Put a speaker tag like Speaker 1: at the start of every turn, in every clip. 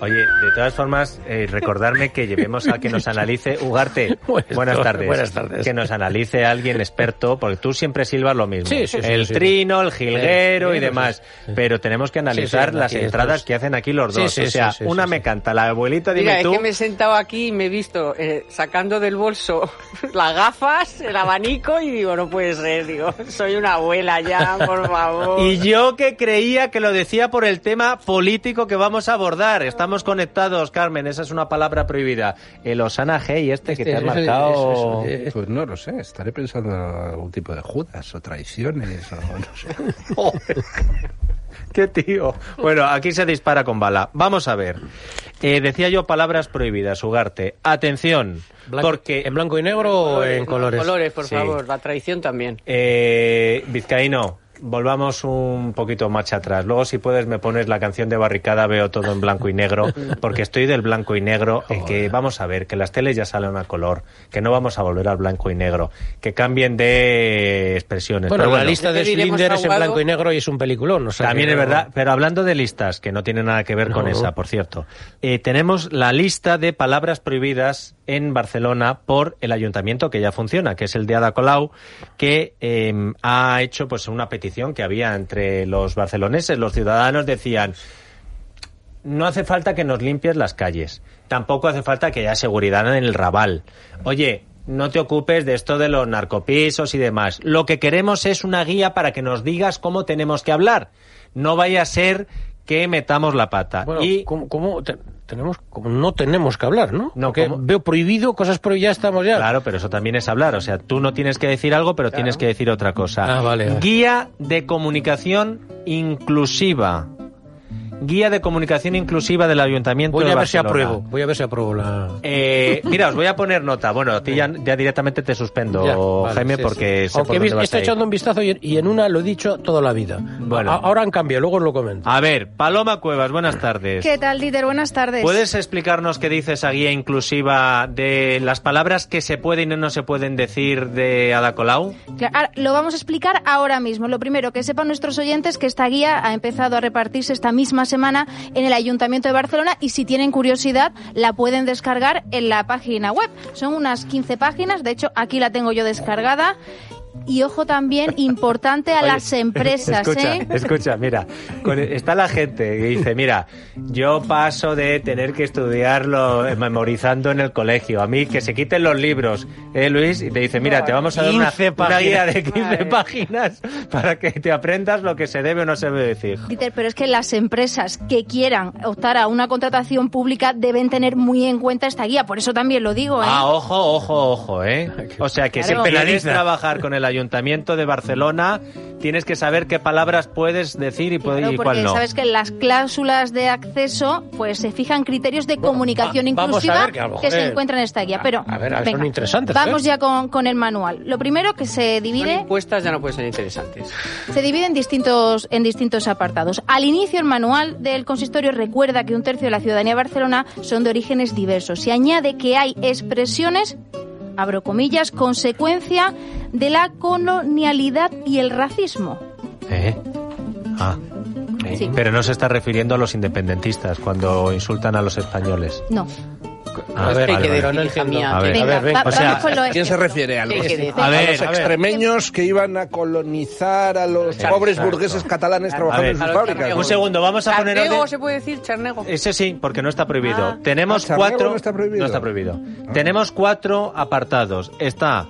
Speaker 1: Oye, de todas formas, eh, recordarme que llevemos a que nos analice Ugarte.
Speaker 2: Buenas
Speaker 1: buenas
Speaker 2: to-
Speaker 1: tardes.
Speaker 2: Pues buenas tardes.
Speaker 1: Que nos analice alguien experto, porque tú siempre silbas lo mismo.
Speaker 2: Sí, sí, sí,
Speaker 1: el
Speaker 2: sí.
Speaker 1: trino, el jilguero
Speaker 2: Sí,
Speaker 1: y
Speaker 2: sí,
Speaker 1: demás.
Speaker 2: sí.
Speaker 1: Pero tenemos que analizar
Speaker 2: Sí, sí,
Speaker 1: las
Speaker 2: aquí
Speaker 1: entradas
Speaker 2: estos.
Speaker 1: que hacen aquí los
Speaker 2: Sí,
Speaker 1: dos.
Speaker 2: sí,
Speaker 1: o
Speaker 2: sí,
Speaker 1: sea,
Speaker 2: sí, sí,
Speaker 1: una
Speaker 2: sí.
Speaker 1: me canta, la abuelita dime
Speaker 3: Mira, es
Speaker 1: tú.
Speaker 3: que me he sentado aquí y me he visto eh, sacando del bolso las gafas, el abanico y digo, no puede ser, digo, soy una abuela ya, por favor.
Speaker 1: Y yo que creía que lo decía por el tema político que vamos a abordar. Estamos conectados, Carmen, esa es una palabra prohibida. El Osana Hey, este, que te has
Speaker 2: Eso- eso-
Speaker 1: marcado.
Speaker 2: eso- eso-
Speaker 1: Eh,
Speaker 4: Pues no lo sé, estaré pensando en algún tipo de Judas o traiciones o no sé.
Speaker 1: ¡Qué tío! Bueno, aquí se dispara con bala. Vamos a ver. Eh, decía yo palabras prohibidas, Ugarte. Atención,
Speaker 2: Blanco-
Speaker 1: porque...
Speaker 2: ¿En blanco y negro o en
Speaker 3: No,
Speaker 2: colores?
Speaker 3: Colores, por
Speaker 1: Sí.
Speaker 3: favor, la traición también.
Speaker 1: Eh, Vizcaíno, volvamos un poquito marcha atrás. Luego, si puedes, me pones la canción de Barricada, veo todo en blanco y negro, porque estoy del blanco y negro, en que vamos a ver, que las teles ya salen a color, que no vamos a volver al blanco y negro, que cambien de expresiones.
Speaker 2: Bueno,
Speaker 1: Pero
Speaker 2: la
Speaker 1: bueno,
Speaker 2: lista
Speaker 3: Yo
Speaker 2: de
Speaker 3: te diré
Speaker 2: Slinder es en
Speaker 3: Moscavado.
Speaker 2: blanco y negro y es un peliculón. o sea
Speaker 1: También
Speaker 2: que
Speaker 1: es
Speaker 2: no-
Speaker 1: verdad, pero hablando de listas, que no tiene nada que ver con
Speaker 2: No.
Speaker 1: esa, por cierto, eh, tenemos la lista de palabras prohibidas en Barcelona por el ayuntamiento que ya funciona, que es el de Ada Colau, que eh, ha hecho pues una petición que había entre los barceloneses. Los ciudadanos decían, no hace falta que nos limpies las calles. Tampoco hace falta que haya seguridad en el rabal. Oye, no te ocupes de esto de los narcopisos y demás. Lo que queremos es una guía para que nos digas cómo tenemos que hablar. No vaya a ser que metamos la pata.
Speaker 2: Bueno,
Speaker 1: y
Speaker 2: ¿cómo, cómo te- tenemos, como no tenemos que hablar, ¿no?
Speaker 1: No,
Speaker 2: Porque
Speaker 1: ¿cómo?
Speaker 2: veo prohibido cosas prohibidas, ya estamos ya.
Speaker 1: claro, pero eso también es hablar. O sea, tú no tienes que decir algo, pero tienes que decir otra cosa.
Speaker 2: Ah, vale, vale.
Speaker 1: Guía de comunicación inclusiva. Guía de comunicación inclusiva del Ayuntamiento
Speaker 2: Voy
Speaker 1: de
Speaker 2: a ver si
Speaker 1: Barcelona.
Speaker 2: apruebo. Voy a ver si apruebo la.
Speaker 1: Eh, mira, os voy a poner nota. Bueno, a ti ya, ya directamente te suspendo,
Speaker 2: Ya, vale,
Speaker 1: Jaime,
Speaker 2: sí,
Speaker 1: porque
Speaker 2: sí.
Speaker 1: sé
Speaker 2: Aunque
Speaker 1: por
Speaker 2: he
Speaker 1: dónde
Speaker 2: visto-
Speaker 1: vas
Speaker 2: estoy
Speaker 1: a ir.
Speaker 2: echando un vistazo y en, y en una lo he dicho toda la vida.
Speaker 1: Bueno. Ah,
Speaker 2: A- ahora han cambiado, luego os lo comento.
Speaker 1: A ver, Paloma Cuevas, buenas tardes.
Speaker 5: ¿Qué tal, Dieter? Buenas tardes.
Speaker 1: ¿Puedes explicarnos qué dice esa guía inclusiva de las palabras que se pueden y no se pueden decir de Ada Colau?
Speaker 5: Cla- ah, Lo vamos a explicar ahora mismo. Lo primero, que sepan nuestros oyentes que esta guía ha empezado a repartirse esta misma semana en el Ayuntamiento de Barcelona y si tienen curiosidad la pueden descargar en la página web. Son unas 15 páginas, de hecho aquí la tengo yo descargada. Y ojo también, importante a
Speaker 1: Oye,
Speaker 5: las empresas,
Speaker 1: Escucha,
Speaker 5: ¿eh?
Speaker 1: escucha, mira, con- e, está la gente que dice, mira, yo paso de tener que estudiarlo eh, memorizando en el colegio, a mí que se quiten los libros, ¿eh, Luis? Y te dice, mira, te vamos a dar una,
Speaker 2: 15
Speaker 1: una guía de 15
Speaker 3: Madre.
Speaker 1: páginas para que te aprendas lo que se debe o no se debe decir.
Speaker 5: Dieter, pero es que las empresas que quieran optar a una contratación pública deben tener muy en cuenta esta guía. Por eso también lo digo, ¿eh?
Speaker 1: Ah, ojo, ojo, ojo, ¿eh? O sea que
Speaker 2: Claro.
Speaker 1: si quieres
Speaker 2: Penaliza.
Speaker 1: trabajar con el Ayuntamiento de Barcelona, tienes que saber qué palabras puedes decir y, puedes,
Speaker 5: Claro,
Speaker 1: y
Speaker 5: porque
Speaker 1: cuál no.
Speaker 5: sabes que en las cláusulas de acceso pues se fijan criterios de comunicación
Speaker 2: va- vamos a
Speaker 5: inclusiva
Speaker 2: ver que a lo mejor-
Speaker 5: se encuentran en esta guía. Pero
Speaker 2: a ver, son
Speaker 5: venga,
Speaker 2: interesantes,
Speaker 5: Vamos
Speaker 2: ¿eh?
Speaker 5: ya con, con el manual. Lo primero que se
Speaker 3: Son
Speaker 5: divide
Speaker 3: impuestas ya no pueden ser interesantes.
Speaker 5: se divide en distintos, en distintos apartados. Al inicio, el manual del consistorio recuerda que un tercio de la ciudadanía de Barcelona son de orígenes diversos. Se añade que hay expresiones, abro comillas, consecuencia de la colonialidad y el racismo.
Speaker 1: ¿Eh? Ah.
Speaker 5: Sí.
Speaker 1: Pero no se está refiriendo a los independentistas cuando insultan a los españoles. Ah.
Speaker 5: No.
Speaker 2: A ver,
Speaker 3: que hay que
Speaker 2: pero
Speaker 3: decir,
Speaker 2: no
Speaker 3: hija
Speaker 2: entiendo.
Speaker 3: mía,
Speaker 2: A ver,
Speaker 5: Venga,
Speaker 2: a ver, venga.
Speaker 5: va-
Speaker 1: o sea,
Speaker 5: vamos con lo
Speaker 4: ¿Quién se
Speaker 5: escrito.
Speaker 4: refiere a los,
Speaker 3: Sí, sí, sí.
Speaker 1: A
Speaker 4: a
Speaker 1: ver,
Speaker 4: los
Speaker 1: a ver.
Speaker 4: extremeños que iban a colonizar a los
Speaker 1: Exacto.
Speaker 4: pobres burgueses catalanes trabajando
Speaker 1: ver,
Speaker 4: en
Speaker 1: a
Speaker 4: sus
Speaker 3: los
Speaker 4: fábricas?
Speaker 3: carneos.
Speaker 1: Un segundo, vamos a poner
Speaker 3: Charnego,
Speaker 1: orden. Eh.
Speaker 3: se puede decir charnego.
Speaker 1: Ese sí, porque no está prohibido.
Speaker 3: Ah.
Speaker 1: Tenemos
Speaker 4: Ah, charnego
Speaker 1: cuatro.
Speaker 4: no está prohibido. Ah.
Speaker 1: No está prohibido. Tenemos cuatro apartados. Está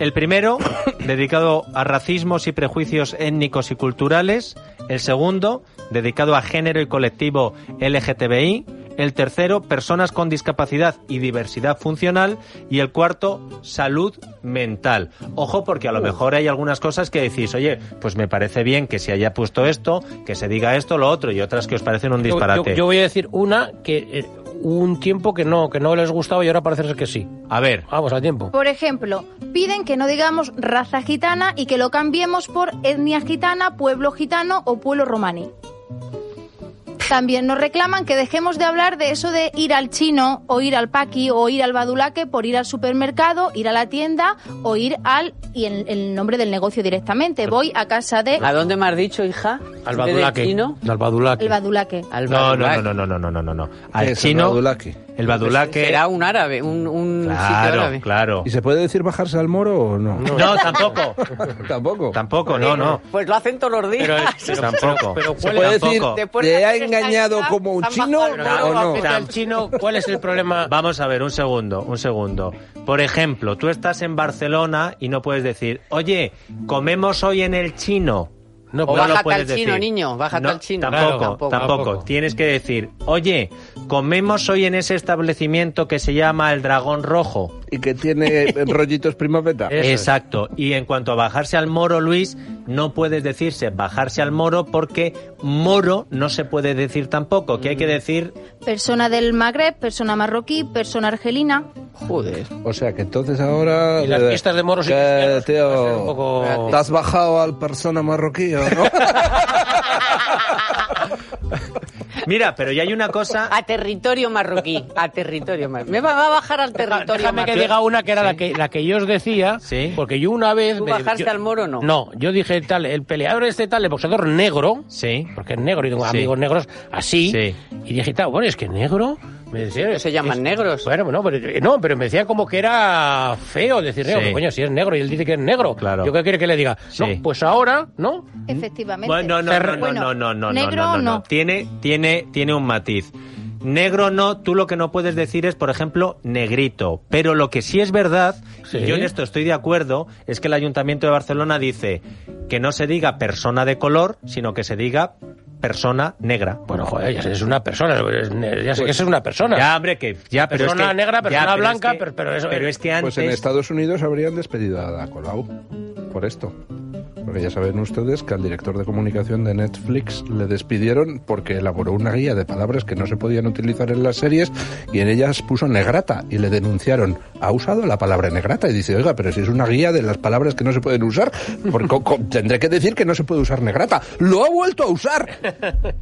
Speaker 1: el primero, dedicado a racismos y prejuicios étnicos y culturales. El segundo, dedicado a género y colectivo LGTBI. El tercero, personas con discapacidad y diversidad funcional. Y el cuarto, salud mental. Ojo, porque a lo mejor hay algunas cosas que decís, oye, pues me parece bien que se haya puesto esto, que se diga esto, lo otro, y otras que os parecen un
Speaker 2: Yo-
Speaker 1: disparate.
Speaker 2: Yo, yo voy a decir una que eh, hubo un tiempo que no, que no les gustaba y ahora parece ser que sí.
Speaker 1: A ver,
Speaker 2: Vamos al tiempo.
Speaker 5: Por ejemplo, piden que no digamos raza gitana y que lo cambiemos por etnia gitana, pueblo gitano o pueblo romaní. También nos reclaman que dejemos de hablar de eso de ir al chino o ir al paqui o ir al badulaque por ir al supermercado, ir a la tienda o ir al y en el nombre del negocio directamente. Voy a casa de
Speaker 3: ¿A dónde me has dicho, hija?
Speaker 2: Al
Speaker 3: ¿De
Speaker 2: badulaque.
Speaker 3: chino?
Speaker 2: Al badulaque.
Speaker 5: el badulaque.
Speaker 3: Al
Speaker 1: No, no,
Speaker 3: badulaque.
Speaker 1: no, no, no, no, no, no, no.
Speaker 4: ¿Qué
Speaker 1: Al
Speaker 4: es el
Speaker 1: chino,
Speaker 4: badulaque?
Speaker 1: el badulaque.
Speaker 3: Será un árabe, un, un sitio
Speaker 1: Claro,
Speaker 3: árabe.
Speaker 1: claro.
Speaker 4: ¿Y se puede decir bajarse al moro o no?
Speaker 1: No, tampoco.
Speaker 4: Tampoco.
Speaker 1: Tampoco, no, no.
Speaker 3: Pues lo hacen todos los días.
Speaker 2: Pero, pero-
Speaker 1: Tampoco.
Speaker 2: pero
Speaker 1: Se
Speaker 2: ¿cuál
Speaker 1: puede
Speaker 2: es-
Speaker 1: decir- tampoco.
Speaker 3: Después de
Speaker 4: ¿Te ha
Speaker 3: hacer esta
Speaker 4: engañado
Speaker 3: lista,
Speaker 4: como un
Speaker 3: han
Speaker 4: chino
Speaker 3: bajado el
Speaker 2: Pero
Speaker 3: moro
Speaker 4: o
Speaker 3: a
Speaker 4: no?
Speaker 2: vamos al chino, ¿cuál es el problema?
Speaker 1: Vamos a ver, un segundo, un segundo. Por ejemplo, tú estás en Barcelona y no puedes decir, oye, comemos hoy en el chino.
Speaker 2: No,
Speaker 1: O
Speaker 2: pero
Speaker 1: no
Speaker 3: bájate
Speaker 1: lo puedes
Speaker 3: al chino,
Speaker 1: decir.
Speaker 3: niño, bájate
Speaker 1: No,
Speaker 3: al chino.
Speaker 1: Tampoco,
Speaker 2: Claro,
Speaker 1: tampoco,
Speaker 2: tampoco, tampoco.
Speaker 1: Tienes que decir, oye, comemos hoy en ese establecimiento que se llama El Dragón Rojo.
Speaker 4: Y que tiene eh, rollitos primavera.
Speaker 1: Eh.
Speaker 2: Eso es.
Speaker 1: Exacto. Y en cuanto a bajarse al moro, Luis, no puedes decirse bajarse al moro porque moro no se puede decir tampoco, que hay que decir
Speaker 5: Persona del Magreb, persona marroquí, persona argelina.
Speaker 3: Joder.
Speaker 4: O sea que entonces ahora.
Speaker 2: Y las
Speaker 4: eh,
Speaker 2: fiestas de moros y
Speaker 4: que,
Speaker 2: cristianos, va a ser
Speaker 4: tío,
Speaker 2: un poco-
Speaker 4: te has bajado al persona marroquí, ¿o ¿no?
Speaker 1: Mira, pero ya hay una cosa.
Speaker 3: A territorio marroquí, a territorio marroquí. Me va, va a bajar al territorio
Speaker 2: Ah, Déjame que
Speaker 3: marroquí.
Speaker 2: diga una que era la, que, la que yo os decía,
Speaker 1: Sí.
Speaker 2: porque yo una vez...
Speaker 3: ¿Tú
Speaker 2: me-
Speaker 3: bajaste
Speaker 2: yo-
Speaker 3: al moro o no?
Speaker 2: No, yo dije tal, el peleador este tal, el boxeador negro,
Speaker 1: Sí.
Speaker 2: porque es negro y tengo
Speaker 1: Sí.
Speaker 2: amigos negros así,
Speaker 1: Sí.
Speaker 2: y dije tal, bueno, es que negro... Me decía,
Speaker 3: Pero se llaman
Speaker 2: es-
Speaker 3: negros.
Speaker 2: Bueno, no pero, eh, no, pero me decía como que era feo decir negro.
Speaker 1: Sí.
Speaker 2: Coño, si es negro y él dice que es negro.
Speaker 1: Claro.
Speaker 2: ¿Yo qué quiere que le diga?
Speaker 1: Sí.
Speaker 2: No, pues ahora, ¿no?
Speaker 5: Efectivamente.
Speaker 1: Bueno, no, no, no,
Speaker 5: Bueno,
Speaker 1: no, no, no,
Speaker 5: negro,
Speaker 1: no, no, no.
Speaker 5: no.
Speaker 1: Tiene, tiene, tiene un matiz. Negro no, tú lo que no puedes decir es, por ejemplo, negrito. Pero lo que sí es verdad,
Speaker 2: Sí.
Speaker 1: y yo en esto estoy de acuerdo, es que el Ayuntamiento de Barcelona dice que no se diga persona de color, sino que se diga persona negra.
Speaker 2: Bueno, joder, ya sé, es una persona. es- Ya sé que es una persona.
Speaker 1: Pues Ya, hombre, que ya, pero
Speaker 2: Persona
Speaker 1: es que-
Speaker 2: negra,
Speaker 1: ya,
Speaker 2: persona
Speaker 1: pero es
Speaker 2: blanca,
Speaker 1: que-
Speaker 2: pero- pero eso-
Speaker 1: es que antes...
Speaker 4: Pues en Estados Unidos habrían despedido a Ada Colau por esto. Porque ya saben ustedes que al director de comunicación de Netflix le despidieron porque elaboró una guía de palabras que no se podían utilizar en las series y en ellas puso negrata y le denunciaron. Ha usado la palabra negrata y dice, oiga, pero si es una guía de las palabras que no se pueden usar, porque co- co- tendré que decir que no se puede usar negrata. ¡Lo ha vuelto a usar!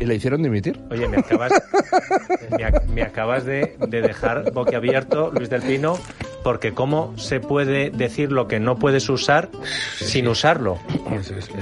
Speaker 4: Y le hicieron dimitir.
Speaker 1: Oye, me acabas, me, ac- me acabas de, de dejar boquiabierto, Luis del Pino, porque ¿cómo se puede decir lo que no puedes usar sin usarlo?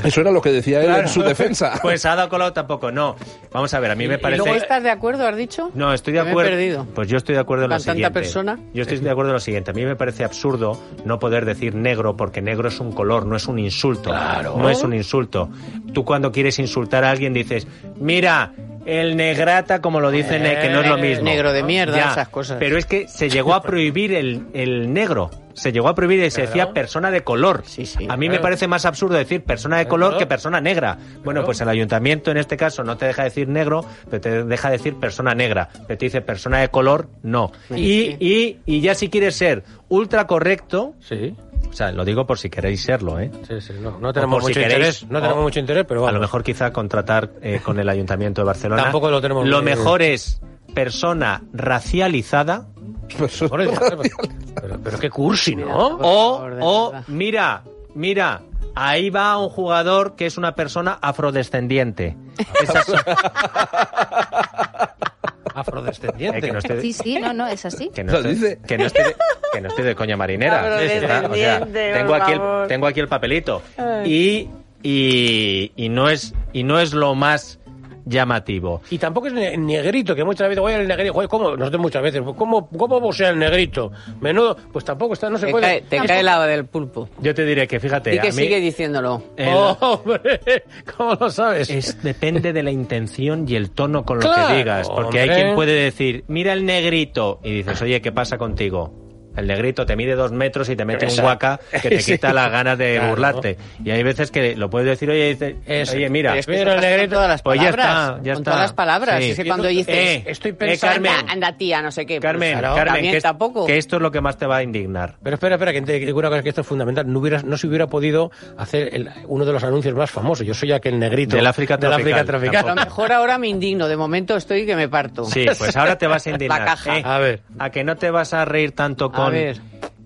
Speaker 4: Eso era lo que decía él en su defensa.
Speaker 1: Pues Ada Colau tampoco, no. Vamos a ver, a mí me parece...
Speaker 3: ¿Luego estás de acuerdo, has dicho?
Speaker 1: No, estoy de
Speaker 3: Me he
Speaker 1: acuerdo.
Speaker 3: perdido.
Speaker 1: Pues yo estoy de acuerdo en lo
Speaker 3: Con tanta
Speaker 1: siguiente.
Speaker 3: persona.
Speaker 1: Yo estoy de acuerdo en lo siguiente. A mí me parece absurdo no poder decir negro porque negro es un color, no es un insulto.
Speaker 2: Claro.
Speaker 1: No es un insulto. Tú cuando quieres insultar a alguien dices, mira. El negrata, como lo dicen, eh, que no es lo mismo.
Speaker 3: negro de mierda,
Speaker 1: Ya,
Speaker 3: esas cosas.
Speaker 1: Pero es que se llegó a prohibir el, el negro. Se llegó a prohibir y se decía persona de color.
Speaker 3: Sí, sí.
Speaker 1: a mí me
Speaker 2: Claro.
Speaker 1: parece más absurdo decir persona de
Speaker 2: De
Speaker 1: color
Speaker 2: color.
Speaker 1: que persona negra. Bueno,
Speaker 2: Claro.
Speaker 1: pues el ayuntamiento en este caso no te deja decir negro, pero te deja decir persona negra. Pero te dice persona de color, no.
Speaker 3: Sí,
Speaker 1: Y, y, y ya si quieres ser ultra correcto,
Speaker 2: Sí,
Speaker 1: o sea, lo digo por si queréis serlo, ¿eh?
Speaker 2: sí, sí. No, no
Speaker 1: O por
Speaker 2: tenemos
Speaker 1: si
Speaker 2: mucho
Speaker 1: queréis,
Speaker 2: interés. No
Speaker 1: o-
Speaker 2: tenemos mucho interés, pero vamos.
Speaker 1: A lo mejor quizá contratar eh, con el ayuntamiento de Barcelona.
Speaker 2: Tampoco lo tenemos
Speaker 1: Lo
Speaker 2: muy-
Speaker 1: mejor es persona racializada
Speaker 4: Pues
Speaker 2: Por eso, pero, pero qué cursi,
Speaker 3: Por
Speaker 2: ¿no?
Speaker 1: o,
Speaker 3: favor, de
Speaker 1: o
Speaker 3: verdad.
Speaker 1: mira, mira. Ahí va un jugador que es una persona afrodescendiente. Esas son- eh,
Speaker 2: Afrodescendiente.
Speaker 1: que no esté-
Speaker 5: Sí, sí, no, no, es así.
Speaker 1: Que no,
Speaker 4: Lo
Speaker 1: estoy,
Speaker 4: dice.
Speaker 1: que no estoy de, que no estoy de coña marinera.
Speaker 3: Afrodescendiente,
Speaker 1: O sea, tengo,
Speaker 3: por
Speaker 1: aquí el,
Speaker 3: favor.
Speaker 1: tengo aquí el papelito. Y, y, y no es, y no es lo más llamativo.
Speaker 2: Y tampoco es ne- negrito, que muchas veces, oye, el negrito, oye, ¿cómo? Nosotros muchas veces, pues, ¿cómo, cómo posea el negrito? Menudo, pues tampoco está, no se
Speaker 3: Te
Speaker 2: puede.
Speaker 3: cae, te cae el agua del pulpo.
Speaker 1: Yo te diré que fíjate,
Speaker 3: Y que
Speaker 1: a mí
Speaker 3: sigue diciéndolo.
Speaker 1: el-
Speaker 2: ¡Oh, ¡Hombre! ¿Cómo lo sabes?
Speaker 1: es- depende de la intención y el tono con lo que
Speaker 2: Claro,
Speaker 1: digas. Porque hay
Speaker 2: hombre.
Speaker 1: quien puede decir, mira el negrito, y dices, oye, ¿qué pasa contigo? El negrito te mide dos metros y te mete un
Speaker 2: Esa.
Speaker 1: guaca que te
Speaker 2: Sí.
Speaker 1: quita las ganas de
Speaker 2: Claro.
Speaker 1: burlarte. Y hay veces que lo puedes decir, oye, dice,
Speaker 2: Ese.
Speaker 1: oye mira,
Speaker 2: Pero es que Mira, el negrito.
Speaker 3: todas las
Speaker 1: Pues ya
Speaker 3: palabras.
Speaker 1: está, ya
Speaker 3: con
Speaker 1: está.
Speaker 3: todas las palabras.
Speaker 1: Sí.
Speaker 3: Es que cuando
Speaker 2: Yo
Speaker 3: dices,
Speaker 2: creo-
Speaker 1: Eh,
Speaker 2: estoy
Speaker 1: eh,
Speaker 2: pensando-
Speaker 1: Carmen,
Speaker 3: anda, anda, tía, no sé qué. pues,
Speaker 1: Carmen,
Speaker 3: claro,
Speaker 1: Carmen,
Speaker 3: también
Speaker 1: que, es-
Speaker 3: tampoco.
Speaker 1: que esto es lo que más te va a indignar.
Speaker 2: Pero espera, espera, que te digo una cosa que esto es fundamental. No, hubiera, no se hubiera podido hacer el- uno de los anuncios más famosos. Yo soy aquel negrito.
Speaker 1: Del África
Speaker 2: del
Speaker 1: tropical.
Speaker 2: tropical.
Speaker 3: A lo mejor ahora me indigno. De momento estoy que me parto.
Speaker 1: Sí, pues ahora te vas a indignar.
Speaker 3: La caja.
Speaker 1: Eh,
Speaker 2: A ver.
Speaker 1: A que no te vas a reír tanto
Speaker 3: A
Speaker 1: con.
Speaker 3: ver.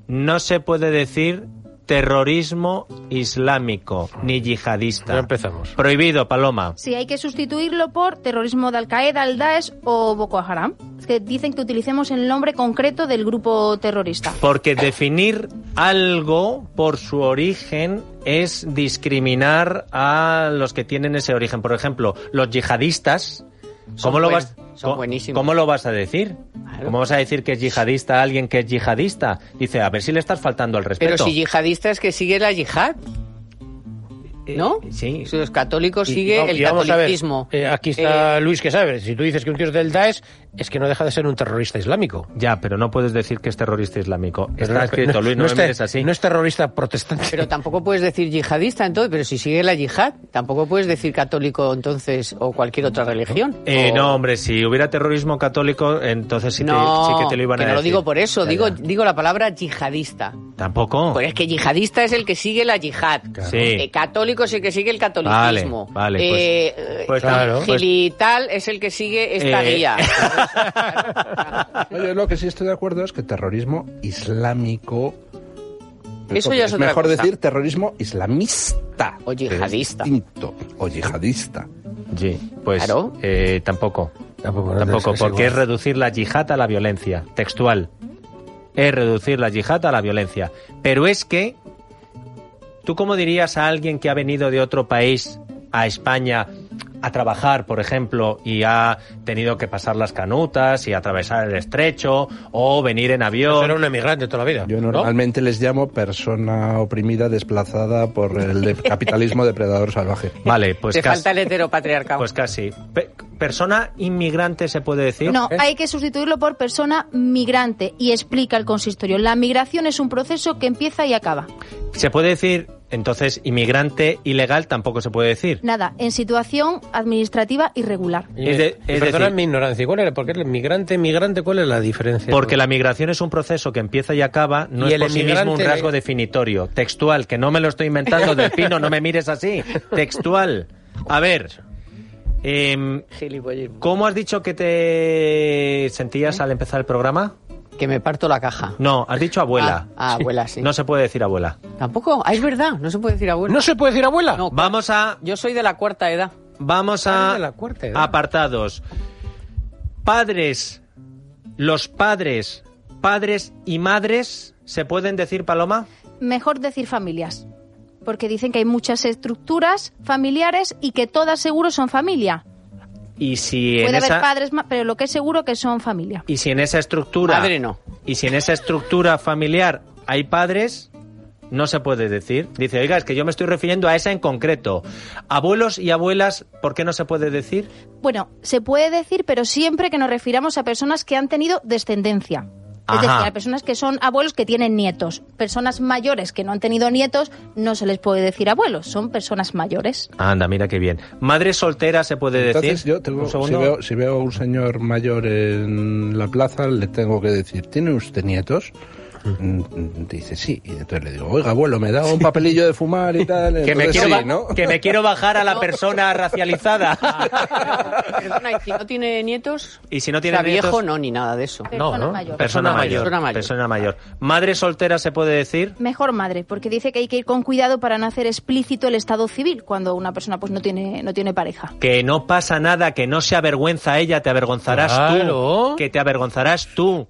Speaker 1: No se puede decir terrorismo islámico ni yihadista.
Speaker 2: Ya empezamos.
Speaker 1: Prohibido, Paloma.
Speaker 5: Sí, hay que sustituirlo por terrorismo de Al-Qaeda, Al-Daesh o Boko Haram. Es que dicen que utilicemos el nombre concreto del grupo terrorista.
Speaker 1: Porque definir algo por su origen es discriminar a los que tienen ese origen. Por ejemplo, los yihadistas.
Speaker 3: Son
Speaker 1: ¿Cómo, lo
Speaker 3: buen-
Speaker 1: vas,
Speaker 3: son
Speaker 1: co-
Speaker 3: buenísimos.
Speaker 1: ¿Cómo lo vas a decir? ¿Cómo vas a decir que es yihadista a alguien que es yihadista? Dice, a ver si le estás faltando al respeto.
Speaker 3: Pero si yihadista es que sigue la yihad,
Speaker 1: Eh,
Speaker 3: ¿no?
Speaker 1: sí.
Speaker 3: Si los católicos
Speaker 2: Y-
Speaker 3: sigue
Speaker 2: no,
Speaker 3: el
Speaker 2: y vamos a ver,
Speaker 3: catolicismo.
Speaker 2: eh, aquí está Luis que sabe. Si tú dices que un tío es del Daesh, es que no deja de ser un terrorista islámico.
Speaker 1: Ya, pero no puedes decir que es terrorista islámico.
Speaker 2: Pero
Speaker 1: Está escrito, Luis, no, me
Speaker 2: es te-
Speaker 1: mires así.
Speaker 2: No es terrorista protestante.
Speaker 3: Pero tampoco puedes decir yihadista entonces, pero si sigue la yihad, tampoco puedes decir católico entonces o cualquier otra religión.
Speaker 1: Eh,
Speaker 3: O-
Speaker 1: No, hombre, si hubiera terrorismo católico, entonces sí,
Speaker 3: no,
Speaker 1: te, sí que te lo iban
Speaker 3: que
Speaker 1: a
Speaker 3: no lo
Speaker 1: decir.
Speaker 3: digo por eso,
Speaker 1: Ya,
Speaker 3: digo,
Speaker 1: ya.
Speaker 3: digo la palabra yihadista.
Speaker 1: Tampoco.
Speaker 3: Pues es que yihadista es el que sigue la yihad.
Speaker 1: Sí.
Speaker 3: Eh, católico es el que sigue el catolicismo.
Speaker 1: Vale, vale, pues-
Speaker 3: Eh, eh,
Speaker 1: pues
Speaker 2: claro, pues-
Speaker 3: gilital es el que sigue esta
Speaker 1: Eh.
Speaker 3: guía.
Speaker 4: Oye, lo que sí estoy de acuerdo es que terrorismo islámico.
Speaker 3: Eso ya es otra
Speaker 4: Mejor
Speaker 3: cosa.
Speaker 4: decir terrorismo islamista.
Speaker 3: O
Speaker 4: que es
Speaker 3: yihadista.
Speaker 4: distinto, o yihadista.
Speaker 1: Sí, pues
Speaker 3: Claro.
Speaker 1: eh, tampoco.
Speaker 2: Tampoco, no,
Speaker 1: Tampoco,
Speaker 2: es- es
Speaker 1: porque
Speaker 2: igual.
Speaker 1: es reducir la yihad a la violencia. Textual. Es reducir la yihad a la violencia. Pero es que, ¿tú cómo dirías a alguien que ha venido de otro país a España a trabajar, por ejemplo, y ha tenido que pasar las canutas y atravesar el estrecho o venir en avión?
Speaker 2: Era un emigrante toda la vida.
Speaker 4: Yo
Speaker 2: ¿no?
Speaker 4: normalmente les llamo persona oprimida desplazada por el de- capitalismo depredador salvaje.
Speaker 1: Vale, pues
Speaker 3: Te
Speaker 1: casi.
Speaker 3: falta el heteropatriarcado.
Speaker 1: Pues casi. Pe- ¿Persona inmigrante se puede decir?
Speaker 5: No, hay que sustituirlo por persona migrante y explica el consistorio. La migración es un proceso que empieza y acaba.
Speaker 1: ¿Se puede decir, entonces, inmigrante ilegal tampoco se puede decir?
Speaker 5: Nada, en situación administrativa irregular.
Speaker 2: Y-
Speaker 1: Es de-
Speaker 2: y
Speaker 1: es
Speaker 2: perdonad
Speaker 1: decir-
Speaker 2: mi ignorancia. ¿Cuál era? Porque el migrante, migrante, ¿cuál es la diferencia?
Speaker 1: Porque la migración es un proceso que empieza y acaba, no
Speaker 2: Y
Speaker 1: es
Speaker 2: el
Speaker 1: por sí mismo un
Speaker 2: emigrante-
Speaker 1: rasgo definitorio. Textual, que no me lo estoy inventando del pino, no me mires así. Textual. A ver, em,
Speaker 3: Gilipollismo.
Speaker 1: ¿cómo has dicho que te sentías al empezar el programa?
Speaker 3: Que me parto la caja.
Speaker 1: No, has dicho abuela.
Speaker 3: Ah, ah, abuela, sí.
Speaker 1: No se puede decir abuela.
Speaker 3: Tampoco, ah, es verdad, no se puede decir abuela.
Speaker 2: ¿No se puede decir abuela?
Speaker 3: No.
Speaker 1: Vamos a
Speaker 3: Yo soy de la cuarta edad.
Speaker 1: Vamos
Speaker 2: Padres
Speaker 1: a
Speaker 2: de la cuarta ¿eh? edad.
Speaker 1: apartados. Padres, los padres, padres y madres, ¿se pueden decir, Paloma?
Speaker 5: Mejor decir familias, porque dicen que hay muchas estructuras familiares y que todas seguro son familia.
Speaker 1: Y si en
Speaker 5: Puede haber
Speaker 1: esa
Speaker 5: padres, ma- pero lo que es seguro que son familia.
Speaker 1: y si en esa estructura
Speaker 3: Madre no.
Speaker 1: y si en esa estructura familiar hay padres, no se puede decir. Dice, oiga, es que yo me estoy refiriendo a esa en concreto. Abuelos y abuelas, ¿por qué no se puede decir?
Speaker 5: Bueno, se puede decir, pero siempre que nos refiramos a personas que han tenido descendencia. Es
Speaker 1: Ajá.
Speaker 5: decir, a personas que son abuelos que tienen nietos. Personas mayores que no han tenido nietos no se les puede decir abuelos, son personas mayores.
Speaker 1: Anda, mira qué bien. Madre soltera se puede
Speaker 4: Entonces
Speaker 1: decir.
Speaker 4: yo tengo,
Speaker 1: Un
Speaker 4: si
Speaker 1: segundo.
Speaker 4: veo, si veo a un señor mayor en la plaza, le tengo que decir, ¿tiene usted nietos? Mm, mm, Dice sí, y entonces le digo, oiga abuelo, me da un papelillo de fumar y tal.
Speaker 1: que me,
Speaker 4: Entonces,
Speaker 1: quiero
Speaker 4: sí,
Speaker 1: ba-
Speaker 4: ¿no?
Speaker 1: que me quiero bajar a la
Speaker 3: No.
Speaker 1: persona racializada.
Speaker 3: Perdona, ¿y si no tiene nietos?
Speaker 1: Y si no
Speaker 3: O
Speaker 1: tiene
Speaker 3: sea,
Speaker 1: nietos,
Speaker 3: viejo no, ni nada de eso.
Speaker 5: Personas
Speaker 2: ¿no?
Speaker 5: mayores.
Speaker 1: Persona,
Speaker 3: Persona
Speaker 1: mayor,
Speaker 3: mayor. Persona mayor.
Speaker 1: persona mayor. Madre soltera se puede decir.
Speaker 5: Mejor madre, porque dice que hay que ir con cuidado para no hacer explícito el estado civil cuando una persona pues no tiene no tiene pareja.
Speaker 1: Que no pasa nada, que no se avergüenza ella, te avergonzarás
Speaker 2: Claro.
Speaker 1: tú. Que te avergonzarás tú.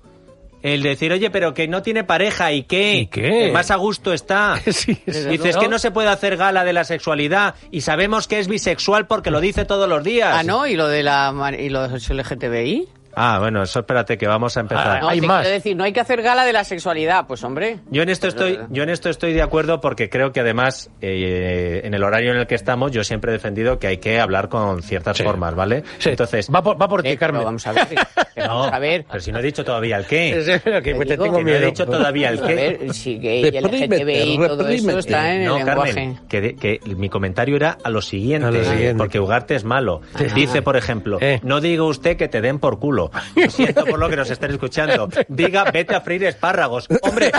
Speaker 1: El decir, oye, pero que no tiene pareja, ¿y qué?
Speaker 2: ¿Y qué?
Speaker 1: Que más a gusto está.
Speaker 2: Sí, sí.
Speaker 1: Dices que no se puede hacer gala de la sexualidad y sabemos que es bisexual porque lo dice todos los días.
Speaker 3: Ah, no, y lo de la mar- y lo de los LGTBI.
Speaker 1: Ah, bueno, eso espérate que vamos a empezar.
Speaker 2: Ah,
Speaker 3: No,
Speaker 2: hay
Speaker 3: te
Speaker 2: más.
Speaker 3: quiero decir, no hay que hacer gala de la sexualidad, pues hombre.
Speaker 1: Yo en esto
Speaker 3: Es
Speaker 1: estoy,
Speaker 3: verdad.
Speaker 1: yo en esto estoy de acuerdo porque creo que además eh, en el horario en el que estamos yo siempre he defendido que hay que hablar con ciertas
Speaker 2: Sí.
Speaker 1: formas, ¿vale?
Speaker 2: Sí,
Speaker 1: Entonces,
Speaker 2: va por, va por
Speaker 3: Eh,
Speaker 2: ti, Carmen.
Speaker 3: pero vamos a ver. pero
Speaker 1: no,
Speaker 3: vamos a ver.
Speaker 1: pero si no he dicho todavía el qué.
Speaker 2: Es verdad que
Speaker 3: Te
Speaker 2: te
Speaker 3: digo
Speaker 2: tengo
Speaker 1: que no he
Speaker 2: miedo.
Speaker 1: dicho todavía el
Speaker 3: A
Speaker 1: qué.
Speaker 3: ver, sí, gay, LGTBI, todo eso
Speaker 4: Reprímete,
Speaker 3: está en
Speaker 1: no,
Speaker 3: el lenguaje.
Speaker 1: Carmen, que, de- que mi comentario era a lo siguiente,
Speaker 2: A lo
Speaker 1: eh,
Speaker 2: siguiente.
Speaker 1: porque Ugarte es malo.
Speaker 3: Ah,
Speaker 1: Dice, por ejemplo,
Speaker 2: Eh.
Speaker 1: no diga usted que te den por culo. Lo siento por lo que nos estén escuchando. Diga, vete a freír espárragos. Hombre,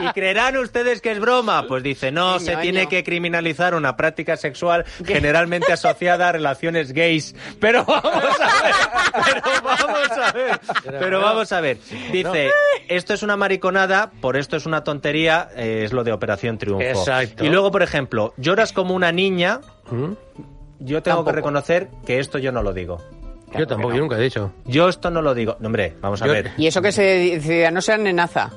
Speaker 1: ¿Y creerán ustedes que es broma? Pues dice, no,
Speaker 3: Niño,
Speaker 1: se tiene
Speaker 3: año.
Speaker 1: que criminalizar una práctica sexual generalmente asociada a relaciones gays. Pero vamos a ver, pero vamos a ver, pero vamos a ver. Dice, esto es una mariconada, por esto es una tontería, eh, es lo de Operación Triunfo.
Speaker 2: Exacto.
Speaker 1: Y luego, por ejemplo, lloras como una niña,
Speaker 2: ¿Mm?
Speaker 1: yo tengo que reconocer que esto yo no lo digo.
Speaker 2: Yo tampoco, yo nunca he dicho.
Speaker 1: Yo esto no lo digo. No, hombre, vamos a
Speaker 2: Yo-
Speaker 1: ver.
Speaker 3: Y eso que se decía, no sean nenaza.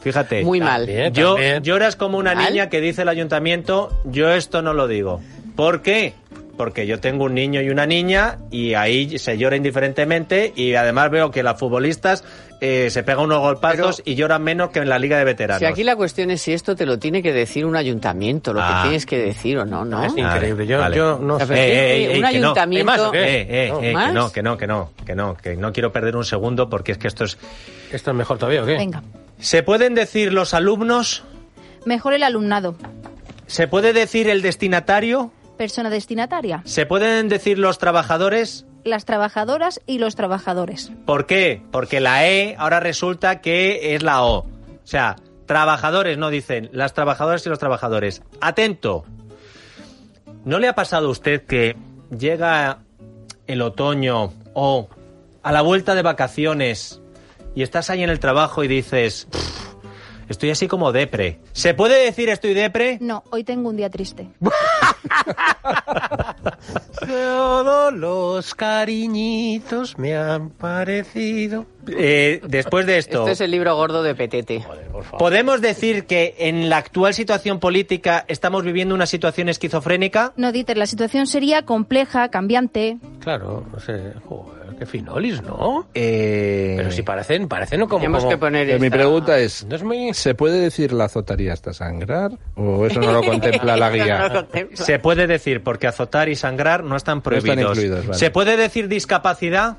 Speaker 1: Fíjate.
Speaker 3: Muy mal.
Speaker 2: También.
Speaker 1: Yo lloras como una
Speaker 3: Mal.
Speaker 1: niña que dice el ayuntamiento, yo esto no lo digo. ¿Por qué? Porque yo tengo un niño y una niña y ahí se llora indiferentemente y además veo que las futbolistas eh, se pegan unos golpazos y lloran menos que en la liga de veteranos. Eh,
Speaker 3: Si aquí la cuestión es si esto te lo tiene que decir un ayuntamiento, lo
Speaker 1: Ah.
Speaker 3: que tienes que decir o no, ¿no?
Speaker 2: Es increíble. Yo,
Speaker 1: Vale.
Speaker 2: yo no
Speaker 3: O sea,
Speaker 2: sé.
Speaker 3: pero
Speaker 1: Eh,
Speaker 3: es que
Speaker 1: eh, eh,
Speaker 3: un
Speaker 1: que no.
Speaker 3: ayuntamiento...
Speaker 2: Hay más, ¿o qué?
Speaker 1: Eh, eh,
Speaker 2: No.
Speaker 1: eh, que
Speaker 3: ¿Más?
Speaker 1: no, que no, que no, que no, que no quiero perder un segundo porque es que esto es...
Speaker 2: ¿Esto es mejor todavía o qué?
Speaker 5: Venga.
Speaker 1: ¿Se pueden decir los alumnos?
Speaker 5: Mejor el alumnado.
Speaker 1: ¿Se puede decir el destinatario?
Speaker 5: Persona destinataria.
Speaker 1: ¿Se pueden decir los trabajadores?
Speaker 5: Las trabajadoras y los trabajadores.
Speaker 1: ¿Por qué? Porque la E ahora resulta que es la O. O sea, trabajadores, no dicen las trabajadoras y los trabajadores. Atento. ¿No le ha pasado a usted que llega el otoño o a la vuelta de vacaciones y estás ahí en el trabajo y dices, "Pff, estoy así como depre? ¿Se puede decir estoy depre?
Speaker 5: No, hoy tengo un día triste.
Speaker 2: Todos los cariñitos me han parecido.
Speaker 1: Eh, después de esto,
Speaker 3: Este es el libro gordo de Petete.
Speaker 1: ¿podemos decir que en la actual situación política estamos viviendo una situación esquizofrénica?
Speaker 5: No, Dieter, la situación sería compleja, cambiante.
Speaker 2: Claro, no sé. Joder, qué finolis, ¿no?
Speaker 1: Eh,
Speaker 2: Pero si parecen, parecen como.
Speaker 3: Tenemos
Speaker 2: como-
Speaker 3: que poner
Speaker 4: Eh, mi
Speaker 3: esta-
Speaker 4: pregunta es,
Speaker 2: No es muy.
Speaker 4: ¿se puede decir la azotaría hasta sangrar? ¿O eso no lo contempla la
Speaker 3: Esto no lo
Speaker 4: guía?
Speaker 3: contempla.
Speaker 1: Se puede decir, porque azotar y sangrar no están
Speaker 4: están
Speaker 1: prohibidos.
Speaker 4: incluidos, vale.
Speaker 1: ¿Se puede decir discapacidad?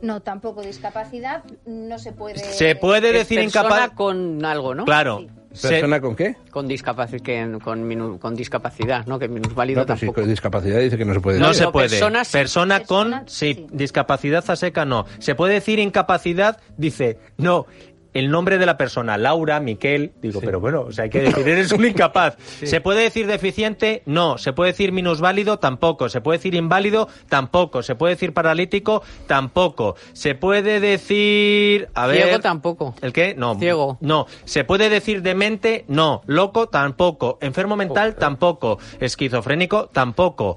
Speaker 5: No, tampoco discapacidad. No se puede.
Speaker 1: ¿Se puede
Speaker 3: Es
Speaker 1: decir
Speaker 3: Eh, persona
Speaker 1: incapaz?
Speaker 3: con algo, ¿no?
Speaker 1: Claro. Se-
Speaker 4: ¿Persona con qué?
Speaker 3: Con discapacidad, que, con, minu- con discapacidad, ¿no? Que minusválido
Speaker 4: No, pues sí,
Speaker 3: tampoco.
Speaker 4: con discapacidad dice que no se puede
Speaker 1: No
Speaker 4: decir.
Speaker 1: se
Speaker 3: No,
Speaker 1: puede.
Speaker 3: persona sí.
Speaker 1: Persona
Speaker 5: Persona
Speaker 1: con sí.
Speaker 5: sí.
Speaker 1: discapacidad a seca no. ¿Se puede decir incapacidad? Dice, no. El nombre de la persona, Laura, Miquel, digo, pero bueno, o sea, hay que decir, eres un incapaz. ¿Se puede decir deficiente? No. ¿Se puede decir minusválido? Tampoco. ¿Se puede decir inválido? Tampoco. ¿Se puede decir paralítico? Tampoco. ¿Se puede decir... A ver...
Speaker 3: Ciego tampoco.
Speaker 1: ¿El qué? No.
Speaker 3: Ciego.
Speaker 1: No. ¿Se puede decir demente? No. Loco, tampoco. Enfermo mental, tampoco. Esquizofrénico, tampoco.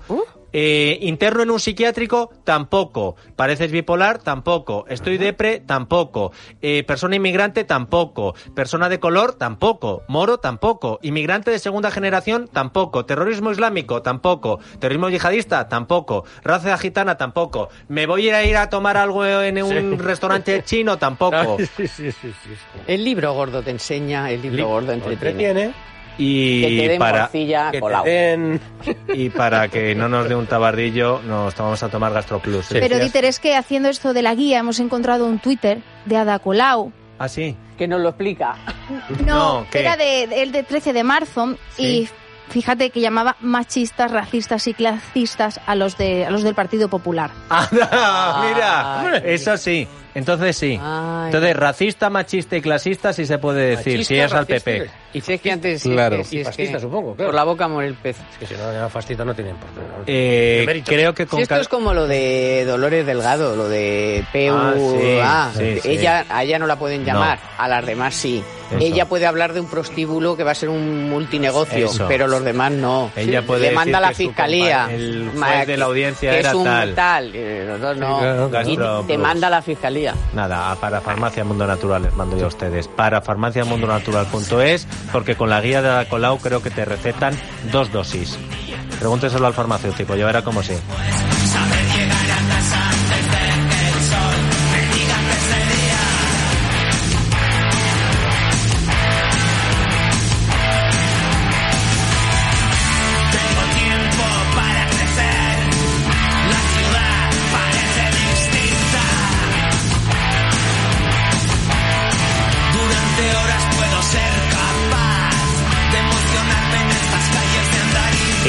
Speaker 1: Eh, interno en un psiquiátrico, tampoco. Pareces bipolar, tampoco. Estoy depre, tampoco. Eh, persona inmigrante, tampoco. Persona de color, tampoco. Moro, tampoco. Inmigrante de segunda generación, tampoco. Terrorismo islámico, tampoco. Terrorismo yihadista, tampoco. Raza gitana, tampoco. Me voy a ir a tomar algo en un restaurante chino, tampoco.
Speaker 2: Sí, sí, sí, sí.
Speaker 3: El libro gordo te enseña, el libro gordo entretiene.
Speaker 2: Entretiene.
Speaker 3: Que te
Speaker 1: Y
Speaker 3: den
Speaker 1: para,
Speaker 3: morcilla
Speaker 2: Que
Speaker 3: colao.
Speaker 2: te den.
Speaker 1: y para que no nos dé un tabardillo, nos vamos a tomar GastroPlus.
Speaker 5: Pero Dieter, es que haciendo esto de la guía hemos encontrado un Twitter de Ada Colau.
Speaker 1: ¿Ah, sí?
Speaker 3: Que nos lo explica.
Speaker 5: No,
Speaker 1: No, ¿qué?
Speaker 5: era de, el de 13 de marzo
Speaker 1: Sí.
Speaker 5: y fíjate que llamaba machistas, racistas y clasistas a los, de, a los del Partido Popular.
Speaker 1: ¡Anda! Mira,
Speaker 2: Ay.
Speaker 1: eso sí. Entonces sí.
Speaker 3: Ay.
Speaker 1: Entonces, racista, machista y clasista sí se puede decir, si es al
Speaker 2: racista,
Speaker 1: PP.
Speaker 3: Y si es que antes... si es
Speaker 4: Claro.
Speaker 3: que- si
Speaker 2: Y
Speaker 3: es
Speaker 2: fascista,
Speaker 3: que
Speaker 2: supongo, claro.
Speaker 3: Por la boca muere el pez.
Speaker 2: Es que si no le dan fascista no tienen por qué. ¿no?
Speaker 1: Eh,
Speaker 2: De mérito.
Speaker 1: creo que
Speaker 3: Si
Speaker 1: con
Speaker 3: esto
Speaker 1: cal-
Speaker 3: es como lo de Dolores Delgado, lo de PUA.
Speaker 1: Ah, sí, sí, sí.
Speaker 3: ella, A ella no la pueden llamar,
Speaker 1: No.
Speaker 3: a las demás sí.
Speaker 1: Eso.
Speaker 3: Ella puede hablar de un prostíbulo que va a ser un multinegocio,
Speaker 1: Eso.
Speaker 3: pero los demás no.
Speaker 1: Ella
Speaker 3: Sí.
Speaker 1: puede
Speaker 3: Le manda
Speaker 1: decir
Speaker 3: a la
Speaker 1: que su
Speaker 3: fiscalía.
Speaker 1: compa- el juez
Speaker 3: ma-
Speaker 1: de la audiencia
Speaker 3: que
Speaker 1: era
Speaker 3: es un
Speaker 1: tal.
Speaker 3: eh, los dos no.
Speaker 2: claro,
Speaker 3: Y
Speaker 1: Gastro
Speaker 3: te
Speaker 1: Plus.
Speaker 3: manda a la fiscalía.
Speaker 1: Nada, a para Farmacia Mundo Natural les mando yo a ustedes. Para farmaciamundonatural.es, porque con la guía de la Colau creo que te recetan dos dosis. Pregúnteselo al farmacéutico, ya verá cómo sí.